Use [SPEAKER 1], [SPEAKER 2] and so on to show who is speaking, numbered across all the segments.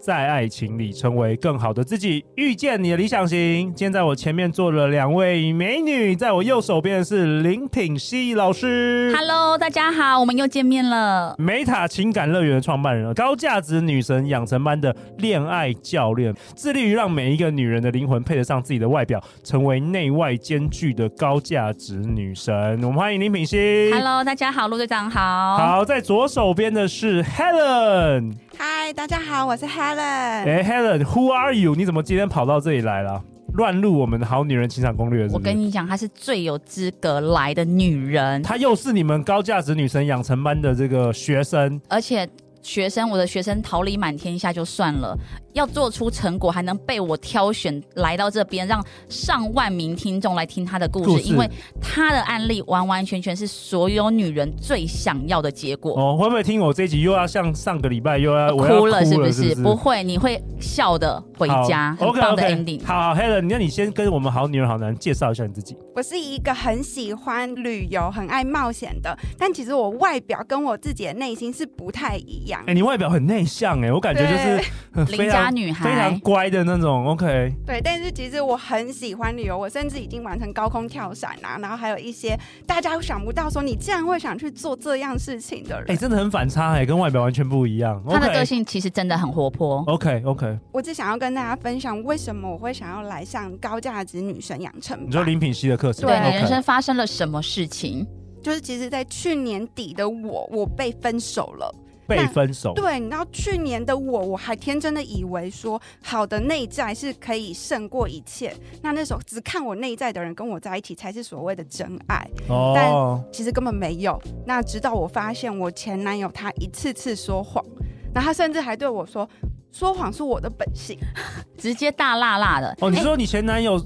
[SPEAKER 1] 在爱情里成为更好的自己，遇见你的理想型。今天在我前面坐了两位美女，在我右手边的是林品熙老师。
[SPEAKER 2] Hello，大家好，我们又见面了。
[SPEAKER 1] 美塔情感乐园的创办人，高价值女神养成班的恋爱教练，致力于让每一个女人的灵魂配得上自己的外表，成为内外兼具的高价值女神。我们欢迎林品熙。
[SPEAKER 2] Hello，大家好，陆队长好。，
[SPEAKER 1] 好，在左手边的是 Helen。
[SPEAKER 3] 嗨，大家好，我是 Helen。
[SPEAKER 1] 哎、h e l e n w h o are you？你怎么今天跑到这里来了？乱入我们的好女人情场攻略是不是
[SPEAKER 2] 我跟你讲，她是最有资格来的女人，
[SPEAKER 1] 她又是你们高价值女神养成班的这个学生，
[SPEAKER 2] 而且学生，我的学生桃李满天下就算了，要做出成果，还能被我挑选来到这边，让上万名听众来听她的故事，
[SPEAKER 1] 故事
[SPEAKER 2] 因为她的案例完完全全是所有女人最想要的结果。
[SPEAKER 1] 哦，会不会听我这一集又要像上个礼拜又要我要
[SPEAKER 2] 哭了是
[SPEAKER 1] 哭
[SPEAKER 2] 不
[SPEAKER 1] 了
[SPEAKER 2] 是？
[SPEAKER 1] 是
[SPEAKER 2] 不会，你会笑的回家，很
[SPEAKER 1] OK
[SPEAKER 2] 棒的
[SPEAKER 1] OK，
[SPEAKER 2] ending。
[SPEAKER 1] 好好，Helen，那你先跟我们好女人好男人介绍一下你自己。
[SPEAKER 3] 我是一个很喜欢旅游、很爱冒险的，但其实我外表跟我自己的内心是不太一样
[SPEAKER 1] 哎、。你外表很内向哎、我感觉就是 呃非
[SPEAKER 2] 邻家
[SPEAKER 1] 常
[SPEAKER 2] 女孩，
[SPEAKER 1] 非常乖的那种。OK，
[SPEAKER 3] 对，但是其实我很喜欢旅游，我甚至已经完成高空跳伞啊，然后还有一些大家想不到说你竟然会想去做这样事情的
[SPEAKER 1] 哎、
[SPEAKER 3] 人。
[SPEAKER 1] 真的很反差哎、跟外表完全不一样。
[SPEAKER 2] 她的个
[SPEAKER 1] OK
[SPEAKER 2] 性其实真的很活泼。
[SPEAKER 1] OK OK，
[SPEAKER 3] 我只想要跟大家分享为什么我会想要来上高价值女神养成班。
[SPEAKER 1] 你说林品熙的课程，
[SPEAKER 2] 对你
[SPEAKER 1] OK
[SPEAKER 2] 人生发生了什么事情？
[SPEAKER 3] 就是其实，在去年底的我，我被分手了。
[SPEAKER 1] 被分手，
[SPEAKER 3] 对，你知道去年的我，我还天真的以为说好的内在是可以胜过一切。那那时候只看我内在的人跟我在一起才是所谓的真爱，
[SPEAKER 1] 哦，
[SPEAKER 3] 其实根本没有。那直到我发现我前男友他一次次说谎，那他甚至还对我说。说谎是我的本性，
[SPEAKER 2] 直接大辣辣的。
[SPEAKER 1] 哦，你
[SPEAKER 2] 哎
[SPEAKER 1] 说你前男友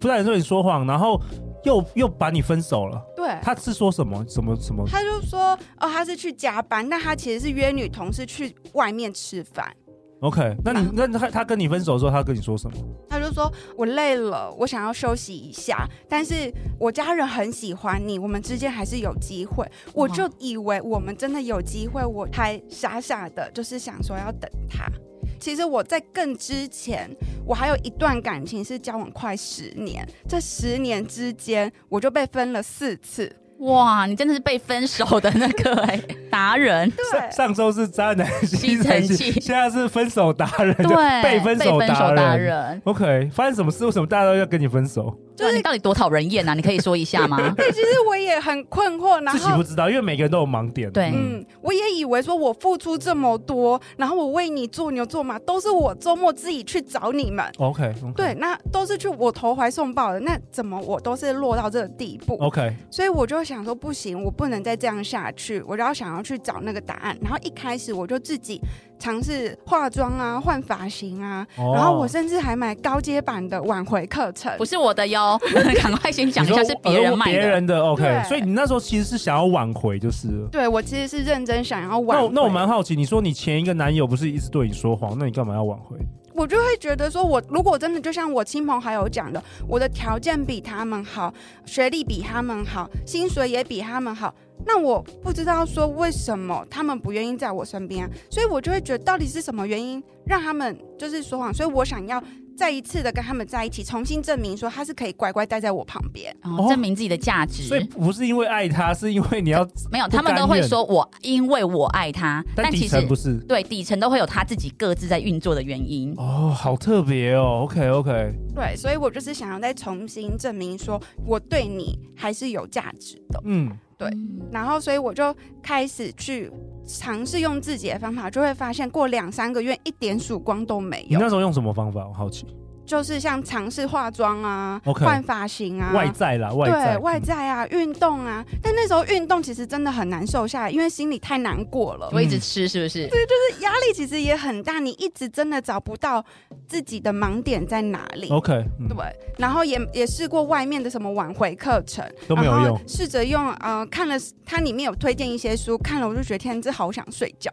[SPEAKER 1] 不但说你说谎，然后又又把你分手了，
[SPEAKER 3] 对，
[SPEAKER 1] 他是说什么什么什么？
[SPEAKER 3] 他就说哦，他是去加班，那他其实是约女同事去外面吃饭。
[SPEAKER 1] OK，那
[SPEAKER 2] 啊
[SPEAKER 1] 你那他他跟你分手的时候，他跟你说什么？
[SPEAKER 3] 他就说：“我累了，我想要休息一下。但是我家人很喜欢你，我们之间还是有机会。我就以为我们真的有机会，我还傻傻的，就是想说要等他。其实我在更之前，我还有一段感情是交往快十年，这十年之间我就被分了四次。
[SPEAKER 2] 哎哇，你真的是被分手的那个、哎达人，
[SPEAKER 1] 上上周是渣男吸
[SPEAKER 2] 哎吸尘器
[SPEAKER 1] 现在是分手达人，就
[SPEAKER 2] 对，
[SPEAKER 1] 被分手达
[SPEAKER 2] 达
[SPEAKER 1] 人。
[SPEAKER 2] 人。
[SPEAKER 1] OK，发生什么事？为什么大家都要跟你分手？
[SPEAKER 2] 对，你到底多讨人厌啊？你可以说一下吗？
[SPEAKER 3] 对，其实我也很困惑，然
[SPEAKER 1] 自己
[SPEAKER 3] 后
[SPEAKER 1] 不知道，因为每个人都有盲点。
[SPEAKER 2] 对
[SPEAKER 1] 嗯
[SPEAKER 3] 嗯，我也以为说我付出这么多，然后我为你做牛做马，都是我周末自己去找你们。
[SPEAKER 1] ，OK，
[SPEAKER 3] 对，那都是去我投怀送抱的，那怎么我都是落到这个地步
[SPEAKER 1] ，OK，
[SPEAKER 3] 所以我就想说不行，我不能再这样下去，我就要想要去找那个答案。然后一开始我就自己尝试化妆啊，换发型啊，
[SPEAKER 1] 哦
[SPEAKER 3] 然后我甚至还买高阶版的挽回课程
[SPEAKER 2] 不。是我的哟， 赶快先讲一下，
[SPEAKER 1] 你
[SPEAKER 2] 是
[SPEAKER 1] 说
[SPEAKER 2] 别人
[SPEAKER 1] 呃
[SPEAKER 2] 卖
[SPEAKER 1] 别
[SPEAKER 2] 的。
[SPEAKER 1] 人的 OK，
[SPEAKER 3] 对
[SPEAKER 1] 所以你那时候其实是想要挽回，就是了。
[SPEAKER 3] 对我其实是认真想要挽
[SPEAKER 1] 那
[SPEAKER 3] 回
[SPEAKER 1] 我那我蛮好奇，你说你前一个男友不是一直对你说谎，那你干嘛要挽回？
[SPEAKER 2] 嗯
[SPEAKER 3] 我就会觉得说我，如果真的就像我亲朋好友讲的，我的条件比他们好，学历比他们好，薪水也比他们好，那我不知道说为什么他们不愿意在我身边、啊，所以我就会觉得到底是什么原因让他们就是说谎，所以我想要再一次的跟他们在一起，重新证明说他是可以乖乖待在我旁边。
[SPEAKER 2] 哦
[SPEAKER 1] 哦
[SPEAKER 2] 证明自己的价值，
[SPEAKER 1] 所以不是因为爱他，是因为你要，
[SPEAKER 2] 没有，他们都会说我因为我爱他，
[SPEAKER 1] 但
[SPEAKER 2] 但
[SPEAKER 1] 底
[SPEAKER 2] 其
[SPEAKER 1] 层
[SPEAKER 2] 实
[SPEAKER 1] 不是。
[SPEAKER 2] 对底层都会有他自己各自在运作的原因。
[SPEAKER 1] 哦，好特别哦。OK OK，
[SPEAKER 3] 对，所以我就是想要再重新证明说我对你还是有价值的。
[SPEAKER 1] 嗯，
[SPEAKER 3] 对
[SPEAKER 2] 嗯，
[SPEAKER 3] 然后所以我就开始去尝试用自己的方法，就会发现过两三个月一点曙光都没
[SPEAKER 1] 你
[SPEAKER 3] 有
[SPEAKER 1] 那。时候用什么方法？我好奇。
[SPEAKER 3] 就是像尝试化妆啊、
[SPEAKER 1] OK
[SPEAKER 3] 换发型啊、
[SPEAKER 1] 外在啦，外在，
[SPEAKER 3] 对外在啊、运动啊。但那时候运动其实真的很难瘦下来，因为心里太难过了，
[SPEAKER 1] 嗯
[SPEAKER 2] 我一直吃是不是？
[SPEAKER 3] 对，就是压力其实也很大，你一直真的找不到自己的盲点在哪里。
[SPEAKER 1] OK，嗯
[SPEAKER 3] 对，然后也也试过外面的什么挽回课程，
[SPEAKER 1] 都没有
[SPEAKER 3] 然后
[SPEAKER 1] 用
[SPEAKER 3] 试着用呃看了它里面有推荐一些书，看了我就觉得天，这好想睡 觉，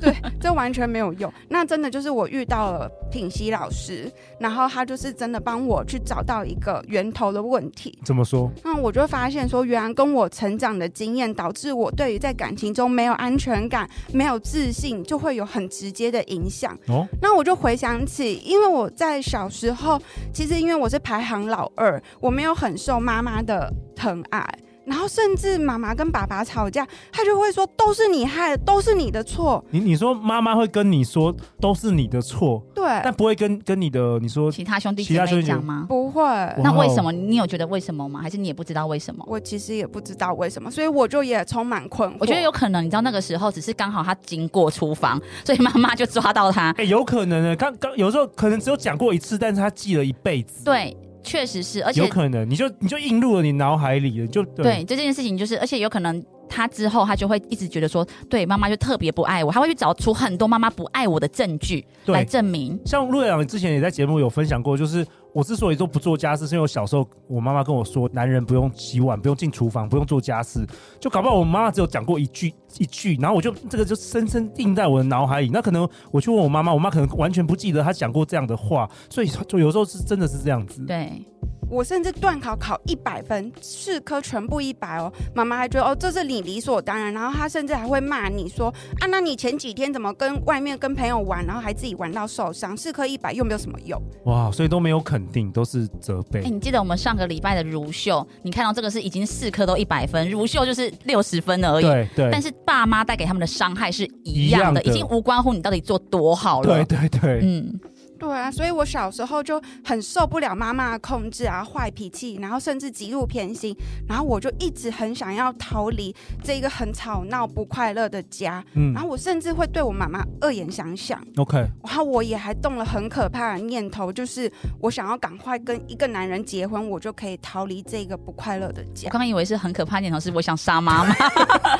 [SPEAKER 3] 对，这完全没有用。那真的就是我遇到了品熙老师，然后他就是真的帮我去找到一个源头的问题，
[SPEAKER 1] 怎么说？
[SPEAKER 3] 那我就发现说，原来跟我成长的经验导致我对于在感情中没有安全感、没有自信，就会有很直接的影响。
[SPEAKER 1] 哦，
[SPEAKER 3] 那我就回想起，因为我在小时候，其实因为我是排行老二，我没有很受妈妈的疼爱。然后甚至妈妈跟爸爸吵架，他就会说都是你害的，都是你的错。
[SPEAKER 1] 你你说妈妈会跟你说都是你的错，
[SPEAKER 3] 对，
[SPEAKER 1] 但不会跟跟你的你说
[SPEAKER 2] 其他兄弟
[SPEAKER 1] 其
[SPEAKER 2] 姐
[SPEAKER 1] 他兄
[SPEAKER 2] 妹
[SPEAKER 1] 弟
[SPEAKER 2] 讲吗？
[SPEAKER 3] 不会，
[SPEAKER 1] 哇
[SPEAKER 2] 那为
[SPEAKER 1] 哦
[SPEAKER 2] 什么？你有觉得为什么吗？还是你也不知道为什么？
[SPEAKER 3] 我其实也不知道为什么，所以我就也充满困惑。
[SPEAKER 2] 我觉得有可能，你知道那个时候只是刚好他经过厨房，所以妈妈就抓到他。
[SPEAKER 1] 哎、有可能呢。刚刚有时候可能只有讲过一次，但是他记了一辈子，
[SPEAKER 2] 对，确实是，而
[SPEAKER 1] 有
[SPEAKER 2] 且
[SPEAKER 1] 可能你就你就映入了你脑海里了，就
[SPEAKER 2] 对这件事情就是，而且有可能他之后他就会一直觉得说，对妈妈就特别不爱我，他会去找出很多妈妈不爱我的证据
[SPEAKER 1] 对
[SPEAKER 2] 来证明。
[SPEAKER 1] 像陆队长之前也在节目有分享过，就是我之所以都不做家事，是因为我小时候我妈妈跟我说，男人不用洗碗，不用进厨房，不用做家事，就搞不好我妈妈只有讲过一句一句，然后我就这个就深深印在我的脑海里。那可能我去问我妈妈，我妈可能完全不记得她讲过这样的话，所以就有时候是真的是这样子。
[SPEAKER 2] 对，
[SPEAKER 3] 我甚至段考考一百分，四科全部一百哦，妈妈还觉得哦这是你理所当然，然后她甚至还会骂你说啊，那你前几天怎么跟外面跟朋友玩，然后还自己玩到受伤，四科一百又没有什么用，
[SPEAKER 1] 哇，所以都没有肯定，都是责备
[SPEAKER 2] 哎、。你记得我们上个礼拜的如秀，你看到这个是已经四科都一百分，如秀就是六十分而已。
[SPEAKER 1] 对对
[SPEAKER 2] 但是爸妈带给他们的伤害是
[SPEAKER 1] 一
[SPEAKER 2] 一
[SPEAKER 1] 样
[SPEAKER 2] 样的，
[SPEAKER 1] 的
[SPEAKER 2] 已经无关乎你到底做多好了。
[SPEAKER 1] 对对对，
[SPEAKER 2] 嗯，
[SPEAKER 3] 对啊，所以我小时候就很受不了妈妈的控制啊，坏脾气，然后甚至极度偏心，然后我就一直很想要逃离这个很吵闹不快乐的家，
[SPEAKER 1] 嗯
[SPEAKER 3] 然后我甚至会对我妈妈恶言相向。
[SPEAKER 1] ，OK，
[SPEAKER 3] 然后我也还动了很可怕的念头，就是我想要赶快跟一个男人结婚，我就可以逃离这个不快乐的
[SPEAKER 2] 我
[SPEAKER 3] 家。
[SPEAKER 2] 刚刚以为是很可怕的念头，是我想杀 妈妈，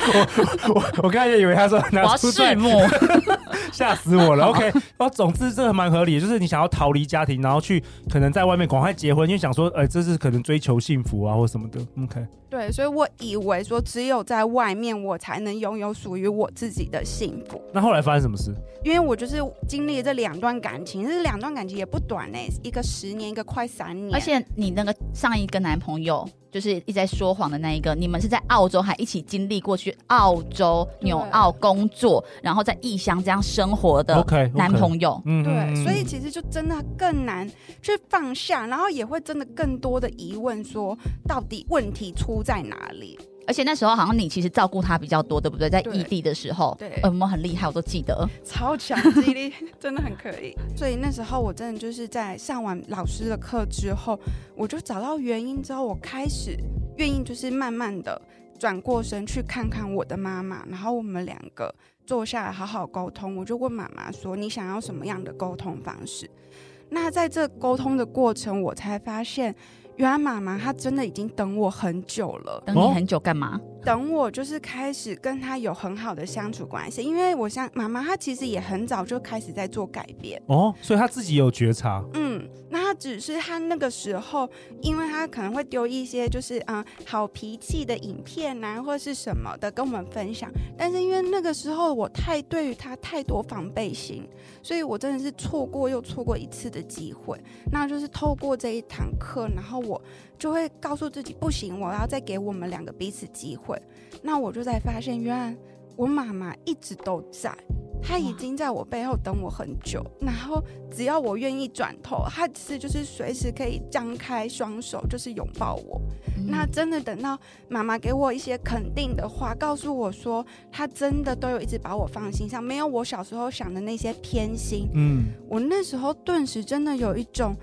[SPEAKER 1] 我我刚才也以为他说
[SPEAKER 2] 我
[SPEAKER 1] 拿
[SPEAKER 2] 要
[SPEAKER 1] 出最
[SPEAKER 2] 弑母。
[SPEAKER 1] 吓死我了。OK，哦，总之这个蛮合理的，就是你想要逃离家庭，然后去可能在外面赶快结婚，因为想说，呃，这是可能追求幸福啊或什么的。OK，
[SPEAKER 3] 对，所以我以为说只有在外面我才能拥有属于我自己的幸福，
[SPEAKER 1] 那后来发生什么事？
[SPEAKER 3] 因为我就是经历了这两段感情，这两段感情也不短呢、一个十年，一个快三年。
[SPEAKER 2] 而且你那个上一个男朋友，就是一直在说谎的那一个，你们是在澳洲还一起经历过去澳洲、
[SPEAKER 3] 对
[SPEAKER 2] 纽澳工作，然后在异乡这样生活的
[SPEAKER 1] OK，
[SPEAKER 2] 男朋友。
[SPEAKER 1] 嗯
[SPEAKER 3] 对，所以
[SPEAKER 1] 嗯
[SPEAKER 3] 其实就真的更难去放下，然后也会真的更多的疑问说到底问题出在哪里？
[SPEAKER 2] 而且那时候好像你其实照顾他比较多，对不对？在
[SPEAKER 3] 对
[SPEAKER 2] 异地的时候，
[SPEAKER 3] 对
[SPEAKER 2] 呃我们很厉害，我都记得。
[SPEAKER 3] 超强记忆 力，真的很可以。所以那时候我真的就是在上完老师的课之后，我就找到原因之后，我开始愿意就是慢慢的转过身去看看我的妈妈，然后我们两个坐下来好好沟通。我就问妈妈说：“你想要什么样的沟通方式？”那在这沟通的过程，我才发现，原来妈妈她真的已经等我很久了。
[SPEAKER 2] 等你
[SPEAKER 1] 哦
[SPEAKER 2] 很久干嘛？
[SPEAKER 3] 等我就是开始跟他有很好的相处关系，因为我像妈妈，她其实也很早就开始在做改变。
[SPEAKER 1] 哦，所以他自己有觉察，
[SPEAKER 3] 嗯，那她只是她那个时候，因为她可能会丢一些就是嗯、呃好脾气的影片啊，或是什么的跟我们分享，但是因为那个时候我太对于她太多防备心，所以我真的是错过又错过一次的机会。那就是透过这一堂课，然后我就会告诉自己，不行，我要再给我们两个彼此机会。那我就才发现，原来我妈妈一直都在，她已
[SPEAKER 2] 哇
[SPEAKER 3] 经在我背后等我很久。然后只要我愿意转头，她其实就是随时可以张开双手，就是拥抱我。
[SPEAKER 2] 嗯
[SPEAKER 3] 那真的等到妈妈给我一些肯定的话，告诉我说她真的都有一直把我放心上，没有我小时候想的那些偏心。
[SPEAKER 1] 嗯，
[SPEAKER 3] 我那时候顿时真的有一种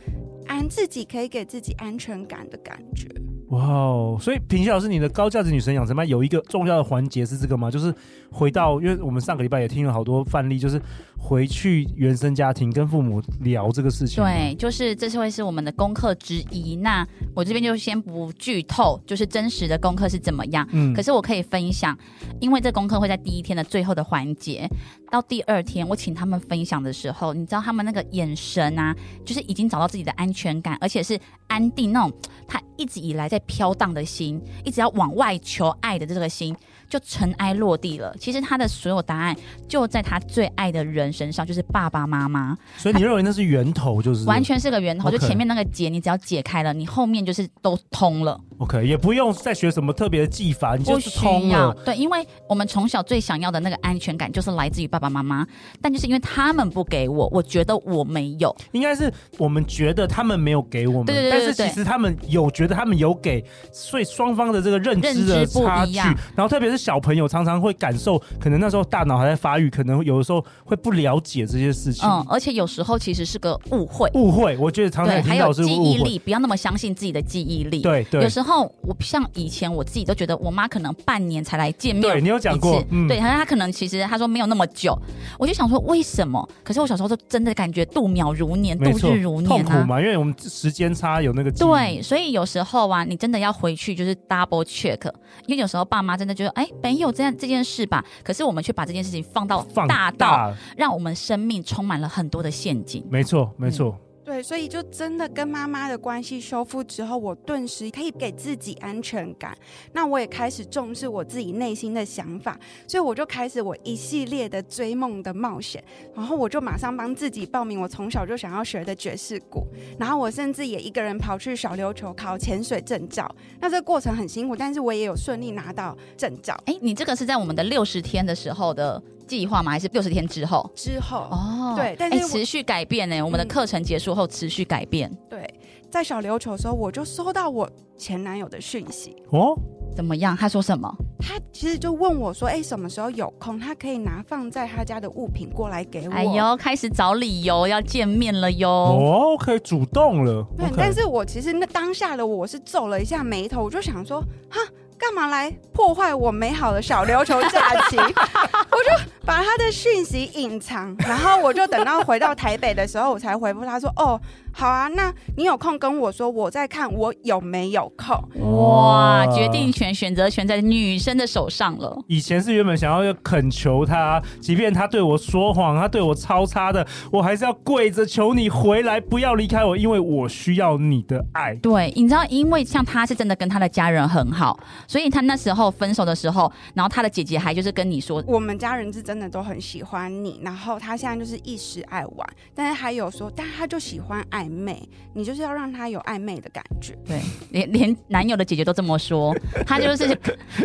[SPEAKER 3] 安自己可以给自己安全感的感觉。
[SPEAKER 1] 哇哦，所以平西老师，你的高价值女神养成班有一个重要的环节是这个吗？就是回到，因为我们上个礼拜也听了好多范例，就是回去原生家庭跟父母聊这个事情吗。
[SPEAKER 2] 对，就是这是会是我们的功课之一。那我这边就先不剧透，就是真实的功课是怎么样。
[SPEAKER 1] 嗯
[SPEAKER 2] 可是我可以分享，因为这功课会在第一天的最后的环节，到第二天我请他们分享的时候，你知道他们那个眼神啊，就是已经找到自己的安全感，而且是安定那种他一直以来在飘荡的心，一直要往外求爱的这个心，就尘埃落地了。其实他的所有答案就在他最爱的人身上，就是爸爸妈妈。
[SPEAKER 1] 所以你认为那是源头，就是
[SPEAKER 2] 完全是个源头，就
[SPEAKER 1] OK
[SPEAKER 2] 前面那个结你只要解开了，你后面就是都通了，
[SPEAKER 1] OK，也不用再学什么特别的技法，你
[SPEAKER 2] 不
[SPEAKER 1] 就是通
[SPEAKER 2] 需要。
[SPEAKER 1] 了。
[SPEAKER 2] 对，因为我们从小最想要的那个安全感就是来自于爸爸妈妈，但就是因为他们不给我，我觉得我没有，
[SPEAKER 1] 应该是我们觉得他们没有给我们，
[SPEAKER 2] 对对对
[SPEAKER 1] 但
[SPEAKER 2] 对
[SPEAKER 1] 是
[SPEAKER 2] 对
[SPEAKER 1] 其实他们有觉得他们有给，所以双方的这个认知的
[SPEAKER 2] 认知不
[SPEAKER 1] 差
[SPEAKER 2] 一
[SPEAKER 1] 距，
[SPEAKER 2] 样
[SPEAKER 1] 然后特别是小朋友常常会感受，可能那时候大脑还在发育，可能有的时候会不了解这些事情，
[SPEAKER 2] 嗯，而且有时候其实是个误会，
[SPEAKER 1] 误会。我觉得常常
[SPEAKER 2] 对，
[SPEAKER 1] 也
[SPEAKER 2] 还
[SPEAKER 1] 听
[SPEAKER 2] 有
[SPEAKER 1] 到是
[SPEAKER 2] 记
[SPEAKER 1] 误
[SPEAKER 2] 忆
[SPEAKER 1] 会，
[SPEAKER 2] 力，不要那么相信自己的记忆力。
[SPEAKER 1] 对对
[SPEAKER 2] 有时候我像以前我自己都觉得我妈可能半年才来见面，
[SPEAKER 1] 对，你有
[SPEAKER 2] 一
[SPEAKER 1] 讲
[SPEAKER 2] 次
[SPEAKER 1] 过，嗯
[SPEAKER 2] 对，然后她可能其实她说没有那么久，我就想说为什么？可是我小时候就真的感觉度秒如年，
[SPEAKER 1] 没
[SPEAKER 2] 度
[SPEAKER 1] 错
[SPEAKER 2] 日如
[SPEAKER 1] 痛
[SPEAKER 2] 年
[SPEAKER 1] 苦
[SPEAKER 2] 啊。
[SPEAKER 1] 嘛，因为我们时间差有那个记忆
[SPEAKER 2] 对，所以有时候啊，你真的要回去就是 double check，因为有时候爸妈真的觉得，哎，没有这样这件事吧，可是我们却把这件事情放到
[SPEAKER 1] 放
[SPEAKER 2] 大到，
[SPEAKER 1] 大，
[SPEAKER 2] 让我们生命充满了很多的陷阱。
[SPEAKER 1] 没错没错。
[SPEAKER 3] 对，所以就真的跟妈妈的关系修复之后，我顿时可以给自己安全感。那我也开始重视我自己内心的想法，所以我就开始我一系列的追梦的冒险。然后我就马上帮自己报名我从小就想要学的爵士鼓，然后我甚至也一个人跑去小琉球考潜水证照。那这个过程很辛苦，但是我也有顺利拿到证照
[SPEAKER 2] 哎，你这个是在我们的六十天的时候的计划吗？还是六十天之后？
[SPEAKER 3] 之后。
[SPEAKER 2] 哦，
[SPEAKER 3] 对但
[SPEAKER 2] 哎
[SPEAKER 3] 是我
[SPEAKER 2] 持续改变呢、我们的
[SPEAKER 3] 嗯
[SPEAKER 2] 课程结束后持续改变，
[SPEAKER 3] 对，在小琉球的时候，我就收到我前男友的讯息，
[SPEAKER 2] 嗯
[SPEAKER 1] 哦，
[SPEAKER 2] 怎么样？他说什么？
[SPEAKER 3] 他其实就问我说：“哎、什么时候有空？他可以拿放在他家的物品过来给我。”
[SPEAKER 2] 哎，呦，开始找理由要见面了哟。
[SPEAKER 1] 哦，OK，主动了
[SPEAKER 3] 对
[SPEAKER 1] OK
[SPEAKER 3] 但是我其实那当下的我是皱了一下眉头，我就想说：“哈，干嘛来破坏我美好的小琉球假期？” 我就把他的讯息隐藏，然后我就等到回到台北的时候，我才回复他说：“哦，好啊，那你有空跟我说，我再看我有没有空。”
[SPEAKER 1] 哦
[SPEAKER 2] 哇，决定权、选择权在女生的手上了。
[SPEAKER 1] 以前是原本想要恳求他，即便他对我说谎，他对我超差的，我还是要跪着求你回来，不要离开我，因为我需要你的爱。
[SPEAKER 2] 对，你知道，因为像他是真的跟他的家人很好，所以他那时候分手的时候，然后他的姐姐还就是跟你说，
[SPEAKER 3] 我们家人是真的都很喜欢你，然后他现在就是一时爱玩，但是还有说，但他就喜欢暧昧，你就是要让他有暧昧的感觉。
[SPEAKER 2] 对，连连男友的姐姐都这么说， 他就是，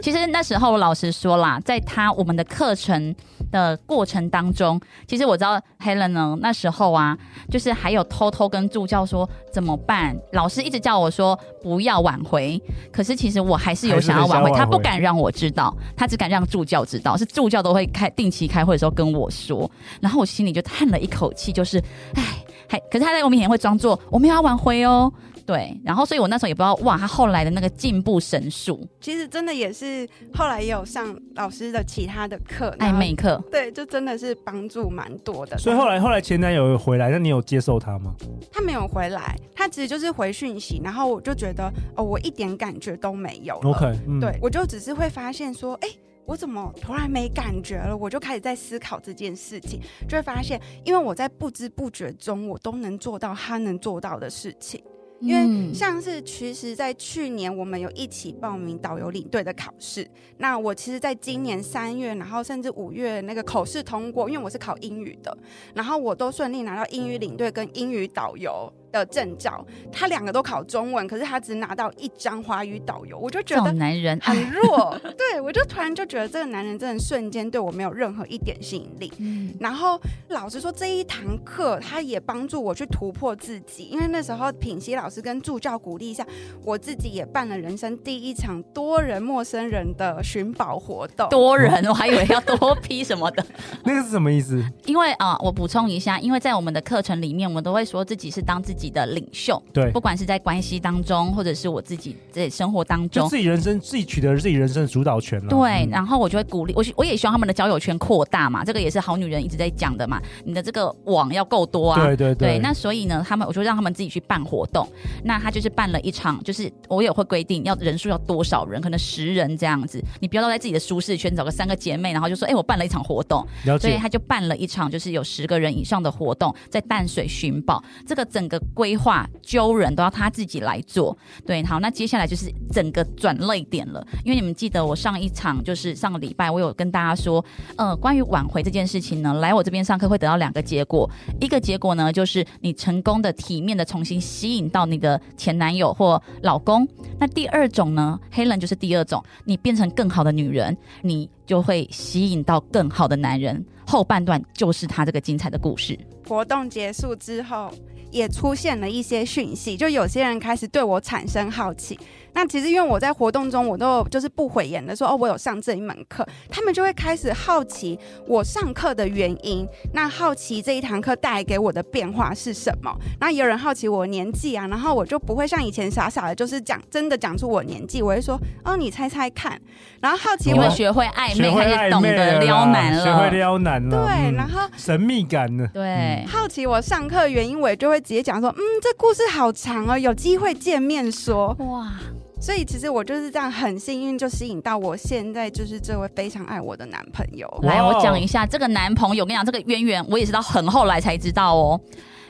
[SPEAKER 2] 其实那时候老实说啦，在他我们的课程的过程当中，其实我知道 Helen 呢，那时候啊，就是还有偷偷跟助教说怎么办，老师一直叫我说不要挽回，可是其实我还是有想要挽
[SPEAKER 1] 还是很想要
[SPEAKER 2] 回，
[SPEAKER 1] 挽回
[SPEAKER 2] 他不敢让我知道，他只敢让助教知道，是助教都会开定期开会的时候跟我说，然后我心里就叹了一口气，就是唉，还可是他在我面前会装作我没有要挽回哦。对，然后所以我那时候也不知道，哇，他后来的那个进步神速，
[SPEAKER 3] 其实真的也是后来也有上老师的其他的课，然
[SPEAKER 2] 暧
[SPEAKER 3] 后
[SPEAKER 2] 昧课，
[SPEAKER 3] 对，就真的是帮助蛮多的。
[SPEAKER 1] 所以后来后来前男友有回来，那你有接受他吗？
[SPEAKER 3] 他没有回来，他其实就是回讯息，然后我就觉得哦，我一点感觉都没有了
[SPEAKER 1] OK，嗯，
[SPEAKER 3] 对，我就只是会发现说，哎、我怎么突然没感觉了？我就开始在思考这件事情，就会发现，因为我在不知不觉中，我都能做到他能做到的事情。因为
[SPEAKER 2] 嗯
[SPEAKER 3] 像是其实，在去年我们有一起报名导游领队的考试，那我其实在今年三月，然后甚至五月那个口试通过，因为我是考英语的，然后我都顺利拿到英语领队跟英语导游。的证照，他两个都考中文，可是他只拿到一张华语导游，我就觉
[SPEAKER 2] 这
[SPEAKER 3] 得
[SPEAKER 2] 种男人，哎
[SPEAKER 3] 很弱。对我就突然就觉得这个男人真的瞬间对我没有任何一点吸引力。
[SPEAKER 2] 嗯，
[SPEAKER 3] 然后老实说，这一堂课他也帮助我去突破自己，因为那时候品熙老师跟助教鼓励一下，我自己也办了人生第一场多人陌生人的寻宝活动。
[SPEAKER 2] 多人，我还以为要多批什么的。
[SPEAKER 1] 那个是什么意思？
[SPEAKER 2] 因为啊、呃我补充一下，因为在我们的课程里面，我们都会说自己是当自己己的领袖，
[SPEAKER 1] 对
[SPEAKER 2] 不，管是在关系当中，或者是我自己在生活当
[SPEAKER 1] 就
[SPEAKER 2] 中。
[SPEAKER 1] 自己人生自己取得自己人生的主导权了。
[SPEAKER 2] 对，
[SPEAKER 1] 嗯
[SPEAKER 2] 然后我就会鼓励我希，我也希望他们的交友圈扩大嘛，这个也是好女人一直在讲的嘛，你的这个网要够多啊，
[SPEAKER 1] 对对
[SPEAKER 2] 对，那所以呢，他们我就让他们自己去办活动。那他就是办了一场，就是我也会规定要人数要多少人，可能十人这样子。你不要都在自己的舒适圈找个三个姐妹，然后就说，哎、我办了一场活动。
[SPEAKER 1] 了
[SPEAKER 2] 所以
[SPEAKER 1] 解。
[SPEAKER 2] 他就办了一场，就是有十个人以上的活动，在淡水寻宝。这个整个规划揪人都要他自己来做。对，好，那接下来就是整个转泪点了，因为你们记得我上一场就是上个礼拜，我有跟大家说，呃，关于挽回这件事情呢，来我这边上课会得到两个结果，一个结果呢就是你成功的体面的重新吸引到你的前男友或老公，那第二种呢，黑人就是第二种，你变成更好的女人，你就会吸引到更好的男人。后半段就是他这个精彩的故事。
[SPEAKER 3] 活动结束之后，也出现了一些讯息，就有些人开始对我产生好奇。那其实因为我在活动中，我都有就是不讳言的说，哦，我有上这一门课，他们就会开始好奇我上课的原因，那好奇这一堂课带给我的变化是什么。那也有人好奇我年纪啊，然后我就不会像以前傻傻的，就是讲真的讲出我年纪，我会说，哦，你猜猜看。然后好奇
[SPEAKER 1] 有
[SPEAKER 2] 因
[SPEAKER 1] 啊
[SPEAKER 2] 为
[SPEAKER 3] 我，
[SPEAKER 2] 学会暧
[SPEAKER 1] 学
[SPEAKER 2] 昧，
[SPEAKER 1] 会
[SPEAKER 2] 开
[SPEAKER 1] 暧
[SPEAKER 2] 始懂
[SPEAKER 1] 昧
[SPEAKER 2] 得
[SPEAKER 1] 了
[SPEAKER 2] 撩
[SPEAKER 1] 啦
[SPEAKER 2] 男
[SPEAKER 1] 学会
[SPEAKER 2] 了。
[SPEAKER 1] 撩男了。
[SPEAKER 3] 对，
[SPEAKER 1] 嗯
[SPEAKER 3] 然后
[SPEAKER 1] 神秘感呢？
[SPEAKER 2] 对，
[SPEAKER 3] 好奇我上课原因，我也就会直接讲说，嗯，这故事好长哦，有机会见面说。
[SPEAKER 1] 嗯
[SPEAKER 2] 哇，
[SPEAKER 3] 所以其实我就是这样很幸运，就吸引到我现在就是这位非常爱我的男朋友。
[SPEAKER 1] 哇
[SPEAKER 2] 来，
[SPEAKER 1] 哦
[SPEAKER 2] 我讲一下这个男朋友。我跟你讲，这个渊源我也是到很后来才知道哦，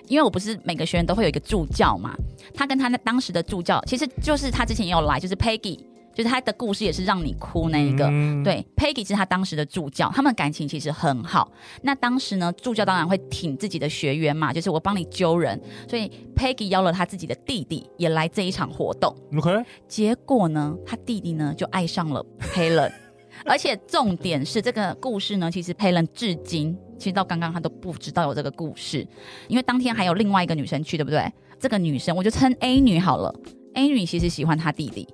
[SPEAKER 2] 因为我不是每个学员都会有一个助教嘛。他跟他那当时的助教，其实就是他之前也有来，就是 Peggy，就是他的故事也是让你哭那一个。
[SPEAKER 1] 嗯，
[SPEAKER 2] 对，Peggy 是他当时的助教，他们感情其实很好。那当时呢，助教当然会挺自己的学员嘛，就是我帮你揪人，所以 Peggy 邀了他自己的弟弟也来这一场活动。
[SPEAKER 1] ，OK，
[SPEAKER 2] 结果呢，他弟弟呢就爱上了 Helen，而且重点是这个故事呢，其实 Helen 至今其实到刚刚他都不知道有这个故事，因为当天还有另外一个女生去，对不对？这个女生我就称 A 女好了，A 女其实喜欢他弟弟。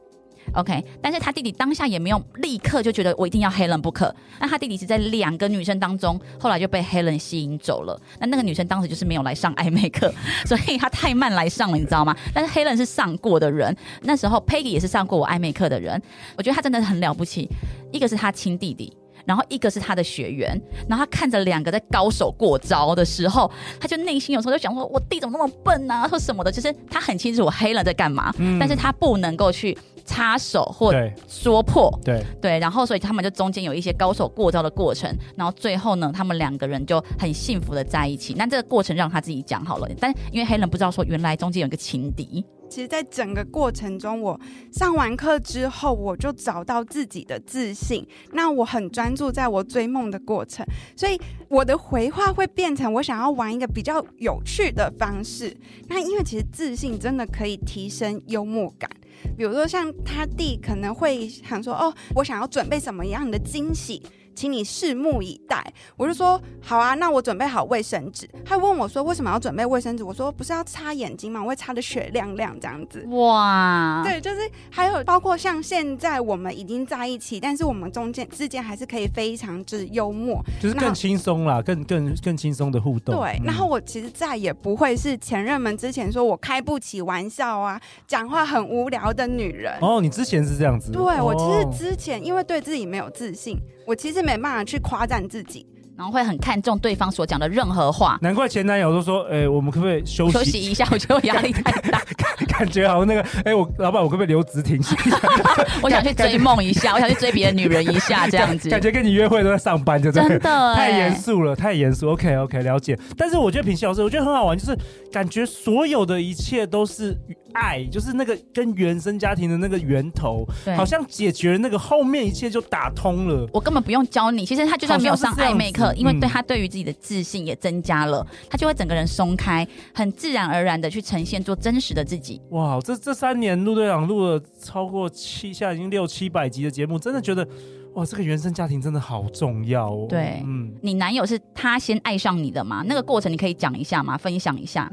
[SPEAKER 2] OK，但是他弟弟当下也没有立刻就觉得我一定要 Helen 不可。那他弟弟是在两个女生当中，后来就被 Helen 吸引走了。那那个女生当时就是没有来上暧昧课， 所以她太慢来上了，你知道吗？但是 Helen 是上过的人，那时候 Peggy 也是上过我暧昧课的人，我觉得他真的很了不起。一个是他亲弟弟，然后一个是他的学员，然后他看着两个在高手过招的时候，他就内心有时候就想说，我弟怎么那么笨啊，或什么的，就是他很清楚我黑了在干嘛，
[SPEAKER 1] 嗯
[SPEAKER 2] 但是他不能够去插手或
[SPEAKER 1] 对
[SPEAKER 2] 说破，
[SPEAKER 1] 对，
[SPEAKER 2] 对，然后所以他们就中间有一些高手过招的过程，然后最后呢，他们两个人就很幸福的在一起。那这个过程让他自己讲好了，但因为黑人不知道说原来中间有一个情敌，
[SPEAKER 3] 其实，在整个过程中，我上完课之后，我就找到自己的自信。那我很专注在我追梦的过程，所以我的回话会变成我想要玩一个比较有趣的方式。那因为其实自信真的可以提升幽默感。比如说，像他弟可能会想说：“哦，我想要准备什么样的惊喜，请你拭目以待。”我就说：“好啊，那我准备好卫生纸。”他问我说：“为什么要准备卫生纸？”我说：“不是要擦眼睛吗？我会擦的雪亮亮这样子。”
[SPEAKER 2] 哇，
[SPEAKER 3] 对，就是还有包括像现在我们已经在一起，但是我们中间之间还是可以非常之幽默。
[SPEAKER 1] 就是
[SPEAKER 3] 然
[SPEAKER 1] 更
[SPEAKER 3] 后
[SPEAKER 1] 轻松啦，更更更轻松的互动。
[SPEAKER 3] 对
[SPEAKER 1] 嗯，
[SPEAKER 3] 然后我其实再也不会是前任们之前说我开不起玩笑啊，讲话很无聊的女人。
[SPEAKER 1] 哦，你之前是这样子，
[SPEAKER 3] 对我
[SPEAKER 1] 哦
[SPEAKER 3] 其实之前因为对自己没有自信，我其实没办法去夸赞自己。
[SPEAKER 2] 然后会很看重对方所讲的任何话。
[SPEAKER 1] 难怪前男友都说，哎，我们可不可以休
[SPEAKER 2] 休
[SPEAKER 1] 息？
[SPEAKER 2] 息一下，我觉得我压力太大，
[SPEAKER 1] 感觉好像那个，哎，我老板，我可不可以留职 停薪？
[SPEAKER 2] 我想去追梦一下，我想去追别的女人一下，这样子，
[SPEAKER 1] 感觉跟你约会都在上班，就对了
[SPEAKER 2] 真的
[SPEAKER 1] 太
[SPEAKER 2] 哎
[SPEAKER 1] 严肃了，太严肃。OK OK，了解。但是我觉得平西老师，我觉得很好玩，就是感觉所有的一切都是爱，就是那个跟原生家庭的那个源头，
[SPEAKER 2] 对
[SPEAKER 1] 好像解决了那个后面一切就打通了。
[SPEAKER 2] 我根本不用教你。其实他就算没有上暧昧
[SPEAKER 1] 好像是
[SPEAKER 2] 课
[SPEAKER 1] 这样，子
[SPEAKER 2] 因为对
[SPEAKER 1] 嗯
[SPEAKER 2] 他对于自己的自信也增加了，他就会整个人松开，很自然而然的去呈现做真实的自己。
[SPEAKER 1] 哇，这这三年陆队长录了超过七，现在已经六七百集的节目，真的觉得哇，这个原生家庭真的好重要哦。
[SPEAKER 2] 对
[SPEAKER 1] 嗯，
[SPEAKER 2] 你男友是他先爱上你的吗？那个过程你可以讲一下吗？分享一下。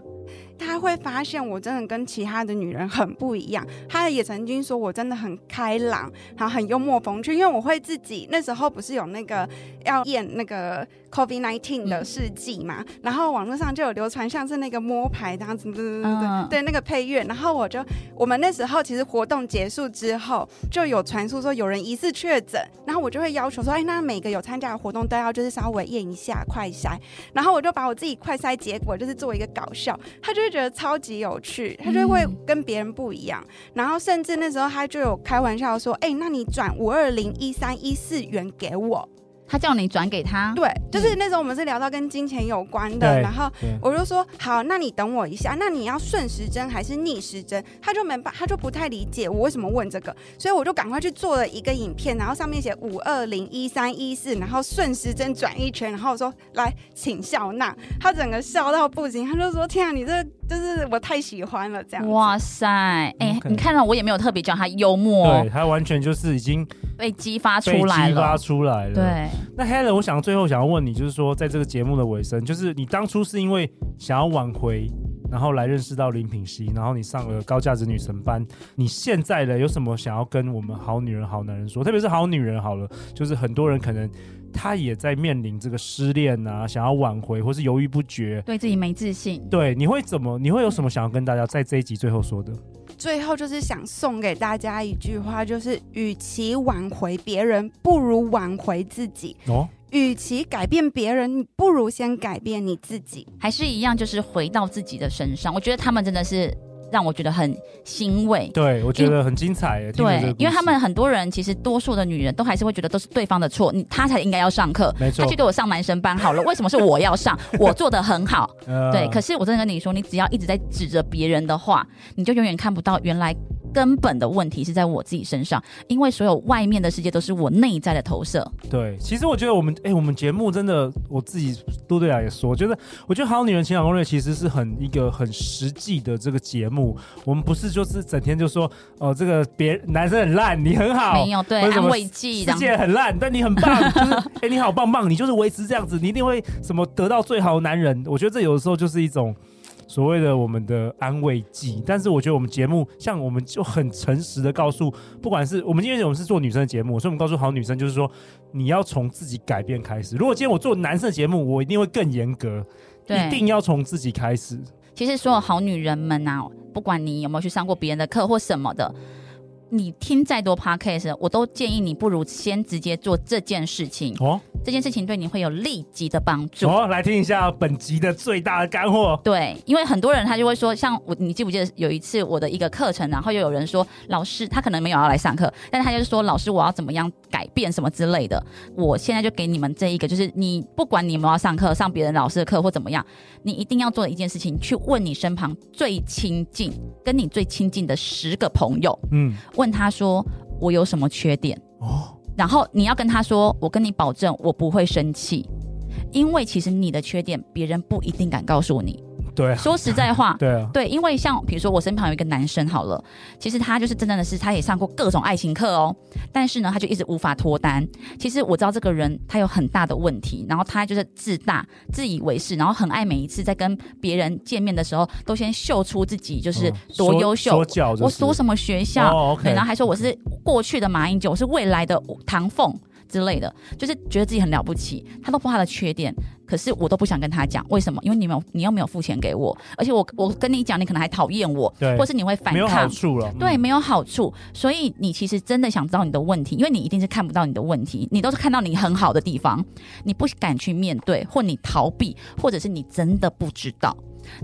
[SPEAKER 3] 他会发现我真的跟其他的女人很不一样。他也曾经说我真的很开朗，然后很幽默风趣，因为我会自己那时候不是有那个要验那个 COVID nineteen 的试剂嘛，然后网络上就有流传像是那个摸牌这啊样子，对
[SPEAKER 2] 嗯
[SPEAKER 3] 对那个配乐，然后我就我们那时候其实活动结束之后就有传出说有人疑似确诊，然后我就会要求说，哎，那每个有参加的活动都要就是稍微验一下快筛，然后我就把我自己快筛结果就是做一个搞笑，他就会觉得超级有趣，他就会
[SPEAKER 2] 嗯
[SPEAKER 3] 跟别人不一样。然后甚至那时候他就有开玩笑说：“哎、那你转五二零一三一四元给我。
[SPEAKER 2] 他叫你转给他”，
[SPEAKER 3] 对，就是那时候我们是聊到跟金钱有关的，
[SPEAKER 1] 对
[SPEAKER 3] 然后
[SPEAKER 1] 对
[SPEAKER 3] 我就说好，那你等我一下，那你要顺时针还是逆时针？他就没办，他就不太理解我为什么问这个，所以我就赶快去做了一个影片，然后上面写五二零一三一四，然后顺时针转一圈，然后我说来，请笑纳，他整个笑到不行，他就说天啊，你这就是我太喜欢了这样子。
[SPEAKER 2] 哇塞，哎、
[SPEAKER 1] 啊嗯 OK
[SPEAKER 2] 你看到我也没有特别叫他幽默哦
[SPEAKER 1] 对，，他完全就是已经
[SPEAKER 2] 被激发
[SPEAKER 1] 被
[SPEAKER 2] 出来
[SPEAKER 1] 激发
[SPEAKER 2] 了。
[SPEAKER 1] 出来了。，
[SPEAKER 2] 对，
[SPEAKER 1] 那 Helen，我想最后想要问你，就是说，在这个节目的尾声，就是你当初是因为想要挽回，然后来认识到林品熙，然后你上了高价值女神班，你现在的有什么想要跟我们好女人、好男人说？特别是好女人好了，就是很多人可能她也在面临这个失恋啊，想要挽回或是犹豫不决。
[SPEAKER 2] 对自己没自信。
[SPEAKER 1] 对，你会怎么？你会有什么想要跟大家在这一集最后说的？
[SPEAKER 3] 最后就是想送给大家一句话，就是与其挽回别人，不如挽回自己；
[SPEAKER 1] 哦，
[SPEAKER 3] 与其改变别人，你不如先改变你自己。
[SPEAKER 2] 还是一样，就是回到自己的身上。我觉得他们真的是让我觉得很欣慰。
[SPEAKER 1] 对，我觉得很精彩耶。听着这个
[SPEAKER 2] 对
[SPEAKER 1] 故，事
[SPEAKER 2] 因为他们很多人其实多数的女人都还是会觉得都是对方的错，你他才应该要上课。
[SPEAKER 1] 没错
[SPEAKER 2] 他去，给我上男神班好了，为 什么是我 要上？我做的很好，
[SPEAKER 1] 呃
[SPEAKER 2] 对。可是我真的跟你说，你只要一直在指着别人的话，你就永远看不到原来根本的问题是在我自己身上，因为所有外面的世界都是我内在的投射。
[SPEAKER 1] 对，其实我觉得我们哎、我们节目真的，我自己陆队长也说，就是我觉得《好女人情感攻略》其实是很一个很实际的这个节目，我们不是就是整天就说哦、这个别男生很烂，你很好
[SPEAKER 2] 没。有对
[SPEAKER 1] 哦为什么
[SPEAKER 2] 安慰剂，
[SPEAKER 1] 世
[SPEAKER 2] 然后
[SPEAKER 1] 界很烂，但你很棒， 就是哎、你好棒棒，你就是维持这样子，你一定会什么得到最好的男人。我觉得这有的时候就是一种所谓的我们的安慰剂，但是我觉得我们节目像我们就很诚实的告诉，不管是我们因为我们是做女生的节目，所以我们告诉好女生就是说，你要从自己改变开始。如果今天我做男生的节目，我一定会更严格，
[SPEAKER 2] 对
[SPEAKER 1] 一定要从自己开始。
[SPEAKER 2] 其实所有好女人们呐、不管你有没有去上过别人的课或什么的，你听再多 podcast，我都建议你不如先直接做这件事情。
[SPEAKER 1] 哦，
[SPEAKER 2] 这件事情对你会有立即的帮助。
[SPEAKER 1] 哦，来听一下本集的最大的干货。
[SPEAKER 2] 对，因为很多人他就会说，像我，你记不记得有一次我的一个课程，然后又有人说老师他可能没有要来上课，但他就是说老师我要怎么样改变什么之类的。我现在就给你们这一个，就是你不管你有没有要上课，上别人老师的课或怎么样，你一定要做的一件事情，去问你身旁最亲近、跟你最亲近的十个朋友，
[SPEAKER 1] 嗯，
[SPEAKER 2] 问他说我有什么缺点，
[SPEAKER 1] 哦，
[SPEAKER 2] 然后你要跟他说，我跟你保证我不会生气，因为其实你的缺点别人不一定敢告诉你。
[SPEAKER 1] 对啊，，
[SPEAKER 2] 说实在话
[SPEAKER 1] 对啊，
[SPEAKER 2] 对，因为像比如说我身旁有一个男生好了，其实他就是真正的是他也上过各种爱情课哦，但是呢他就一直无法脱单。其实我知道这个人他有很大的问题，然后他就是自大、自以为是，然后很爱每一次在跟别人见面的时候都先秀出自己就是
[SPEAKER 1] 嗯
[SPEAKER 2] 多优秀
[SPEAKER 1] 说说，教就是
[SPEAKER 2] 我读什么学校，
[SPEAKER 1] 哦，OK
[SPEAKER 2] 对，然后还说我是过去的马英九，我是未来的唐凤之类的，就是觉得自己很了不起，他都不知道他的缺点，可是我都不想跟他讲，为什么？因为你没有，你又没有付钱给我，而且我我跟你讲，你可能还讨厌我，
[SPEAKER 1] 对
[SPEAKER 2] 或是你会反
[SPEAKER 1] 没有好
[SPEAKER 2] 抗。
[SPEAKER 1] 处了。嗯
[SPEAKER 2] 对，没有好处，所以你其实真的想知道你的问题，因为你一定是看不到你的问题，你都是看到你很好的地方，你不敢去面对，或你逃避，或者是你真的不知道。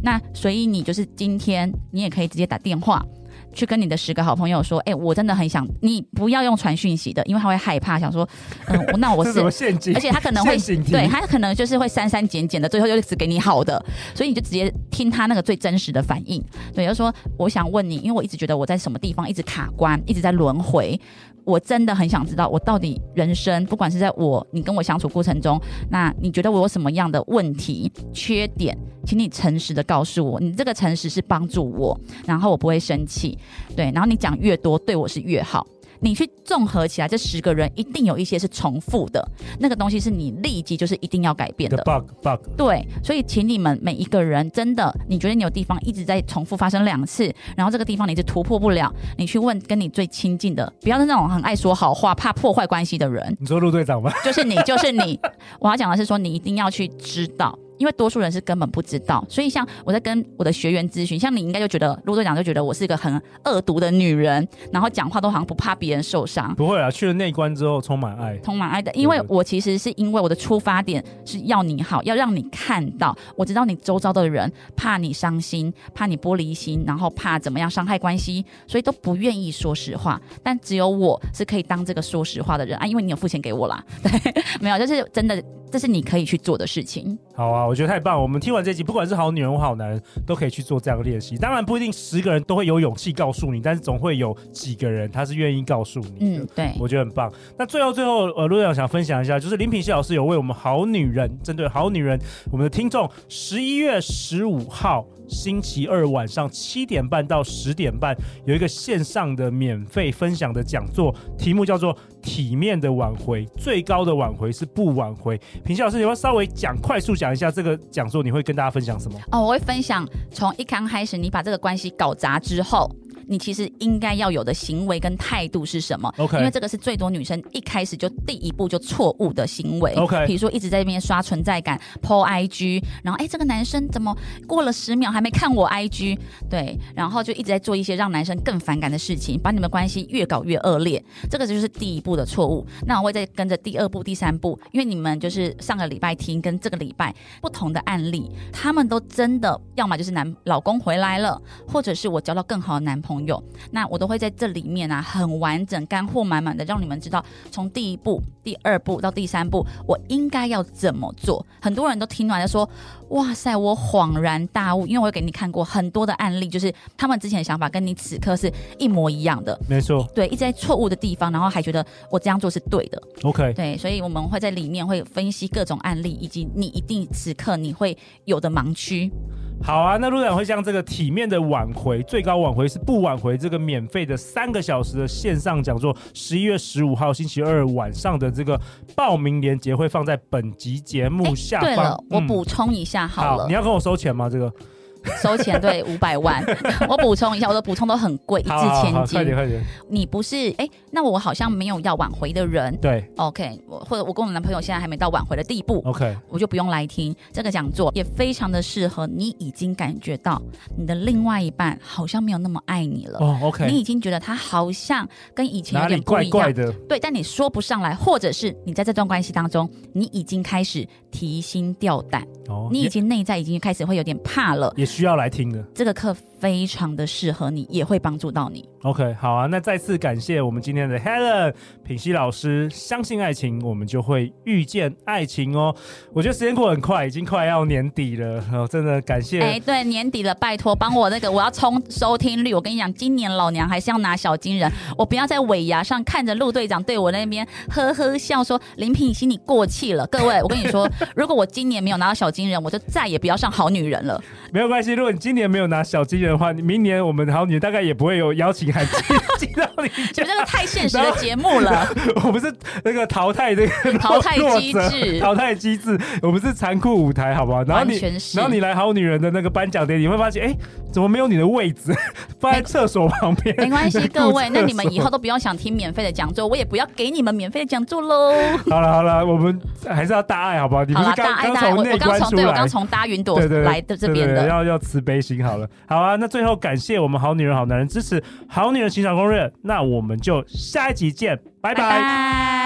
[SPEAKER 2] 那所以你就是今天，你也可以直接打电话去跟你的十个好朋友说，哎、我真的很想你，不要用传讯息的，因为他会害怕，想说，嗯、我那 我
[SPEAKER 1] 这
[SPEAKER 2] 是
[SPEAKER 1] 是什么陷阱
[SPEAKER 2] 而？且他可能会
[SPEAKER 1] 陷阱题
[SPEAKER 2] 对他可能就是会删删减减的，最后就只给你好的，所以你就直接听他那个最真实的反应。对，就说我想问你，因为我一直觉得我在什么地方一直卡关，一直在轮回。我真的很想知道，我到底人生，不管是在我你跟我相处过程中，那你觉得我有什么样的问题、缺点，请你诚实的告诉我，你这个诚实是帮助我，然后我不会生气，对，然后你讲越多对我是越好。你去综合起来，这十个人一定有一些是重复的，那个东西是你立即就是一定要改变
[SPEAKER 1] 一个
[SPEAKER 2] 的。
[SPEAKER 1] bug bug，
[SPEAKER 2] 对，所以请你们每一个人真的，你觉得你有地方一直在重复发生两次，然后这个地方你是突破不了，你去问跟你最亲近的，不要是那种很爱说好话、怕破坏关系的人，
[SPEAKER 1] 你说陆队长吧，
[SPEAKER 2] 就是你，就是你。我要讲的是说，你一定要去知道，因为多数人是根本不知道。所以像我在跟我的学员咨询，像你应该就觉得陆队长就觉得我是一个很恶毒的女人，然后讲话都好像不怕别人受伤。
[SPEAKER 1] 不会啦，去了内关之后充满爱，
[SPEAKER 2] 充满爱的，因为
[SPEAKER 1] 对
[SPEAKER 2] 我其实是因为我的出发点是要你好，要让你看到，我知道你周遭的人怕你伤心，怕你玻璃心，然后怕怎么样伤害关系，所以都不愿意说实话。但只有我是可以当这个说实话的人啊，因为你有付钱给我啦， 对，没有，就是真的，这是你可以去做的事情。
[SPEAKER 1] 好啊，我觉得太棒了。我们听完这集，不管是好女人或好男人，都可以去做这样的练习。当然不一定十个人都会有勇气告诉你，但是总会有几个人他是愿意告诉你的。
[SPEAKER 2] 嗯，对，
[SPEAKER 1] 我觉得很棒。那最后最后，呃，陆队长想分享一下，就是林品希老师有为我们好女人，针对好女人，我们的听众，十一月十五号星期二晚上七点半到十点半有一个线上的免费分享的讲座，题目叫做“体面的挽回，最高的挽回是不挽回”。品希老师，你要不要稍微讲快速讲一下这个讲座，你会跟大家分享什么？
[SPEAKER 2] 哦，我会分享从一刚开始你把这个关系搞砸之后，你其实应该要有的行为跟态度是什么
[SPEAKER 1] OK
[SPEAKER 2] 因为这个是最多女生一开始就第一步就错误的行为。
[SPEAKER 1] OK
[SPEAKER 2] 比如说一直在那边刷存在感、PO IG，然后哎这个男生怎么过了十秒还没看我 IG？对，然后就一直在做一些让男生更反感的事情，把你们关系越搞越恶劣。这个就是第一步的错误。那我会再跟着第二步、第三步，因为你们就是上个礼拜听跟这个礼拜不同的案例，他们都真的要么就是男老公回来了，或者是我交到更好的男朋友，那我都会在这里面啊，很完整、干货满满的，让你们知道从第一步、第二步到第三步，我应该要怎么做。很多人都听完就说：“哇塞，我恍然大悟！”因为我有给你看过很多的案例，就是他们之前的想法跟你此刻是一模一样的，
[SPEAKER 1] 没错
[SPEAKER 2] 对，一直在错误的地方，然后还觉得我这样做是对的，
[SPEAKER 1] ，OK，
[SPEAKER 2] 对，所以我们会在里面会分析各种案例，以及你一定此刻你会有的盲区。
[SPEAKER 1] 好啊，那陆展会像这个体面的挽回，最高挽回是不挽回这个免费的三个小时的线上讲座，十一月十五号星期二晚上的这个报名链接会放在本集节目下方。
[SPEAKER 2] 哎对了，我
[SPEAKER 1] 嗯
[SPEAKER 2] 补充一下好了
[SPEAKER 1] 好，你，要 跟我收钱吗？这个
[SPEAKER 2] 收钱对五百万， 我补充一下，我的补充都很贵，一
[SPEAKER 1] 好好
[SPEAKER 2] 掷
[SPEAKER 1] 好
[SPEAKER 2] 千
[SPEAKER 1] 好，快点
[SPEAKER 2] 金。
[SPEAKER 1] 快点，
[SPEAKER 2] 你不是哎、那我好像没有要挽回的人
[SPEAKER 1] 对
[SPEAKER 2] ，OK，我或者我跟我男朋友现在还没到挽回的地步。
[SPEAKER 1] ，OK，
[SPEAKER 2] 我就不用来听这个讲座，也非常的适合你已经感觉到你的另外一半好像没有那么爱你了，
[SPEAKER 1] 哦
[SPEAKER 2] 你
[SPEAKER 1] ，OK，
[SPEAKER 2] 已经觉得他好像跟以前有
[SPEAKER 1] 哪里
[SPEAKER 2] 点不
[SPEAKER 1] 怪
[SPEAKER 2] 一样，
[SPEAKER 1] 怪的？
[SPEAKER 2] 对，但你说不上来，或者是你在这段关系当中，你已经开始提心吊胆，
[SPEAKER 1] 哦，
[SPEAKER 2] 你已
[SPEAKER 1] 也
[SPEAKER 2] 经内在已经开始会有点怕了，
[SPEAKER 1] 也需要来听的。
[SPEAKER 2] 这个课非常的适合你，也会帮助到你。
[SPEAKER 1] OK，好啊，那再次感谢我们今天的 Helen 品熙老师，相信爱情，我们就会遇见爱情哦。我觉得时间过得很快，已经快要年底了，哦、真的感谢。
[SPEAKER 2] 哎，对，年底了，拜托帮我那个，我要冲收听率。我跟你讲，今年老娘还是要拿小金人，我不要在尾牙上看着陆队长对我那边呵呵笑说林品心你过气了。各位，我跟你说，如果我今年没有拿到小金人，我就再也不要上好女人了。
[SPEAKER 1] 没有关系，如果你今年没有拿小金人的话，你明年我们好女人大概也不会有邀请函寄寄到你
[SPEAKER 2] 你
[SPEAKER 1] 家
[SPEAKER 2] 们。这个太现实的节目了，
[SPEAKER 1] 我们是那个淘汰这个
[SPEAKER 2] 淘汰
[SPEAKER 1] 弱
[SPEAKER 2] 机
[SPEAKER 1] 者
[SPEAKER 2] 制
[SPEAKER 1] 淘汰机制，我们是残酷舞台，好不好？然后
[SPEAKER 2] 完
[SPEAKER 1] 你
[SPEAKER 2] 全是。
[SPEAKER 1] 然后你来好女人的那个颁奖典礼，你会发现，哎，怎么没有你的位置？ 放在
[SPEAKER 2] 哎
[SPEAKER 1] 厕所旁边。
[SPEAKER 2] 没关系，各位，那你 们以
[SPEAKER 1] 后。
[SPEAKER 2] 后都不要想听免费的讲座，我也不要给你们免费的讲座喽。
[SPEAKER 1] 好了好了，我们还是要大爱，好不好？你不
[SPEAKER 2] 好
[SPEAKER 1] 是
[SPEAKER 2] 啦，
[SPEAKER 1] 刚
[SPEAKER 2] 大爱大爱，我
[SPEAKER 1] 从内
[SPEAKER 2] 我刚
[SPEAKER 1] 关
[SPEAKER 2] 从
[SPEAKER 1] 出
[SPEAKER 2] 对我
[SPEAKER 1] 来
[SPEAKER 2] 刚？从搭云朵
[SPEAKER 1] 对对对
[SPEAKER 2] 来的这
[SPEAKER 1] 对
[SPEAKER 2] 边
[SPEAKER 1] 对
[SPEAKER 2] 的
[SPEAKER 1] 对，要要慈悲心好了。好啊，那最后感谢我们好女人、好男人支持《好女人情场攻略》，那我们就下一集见，拜拜
[SPEAKER 2] 拜拜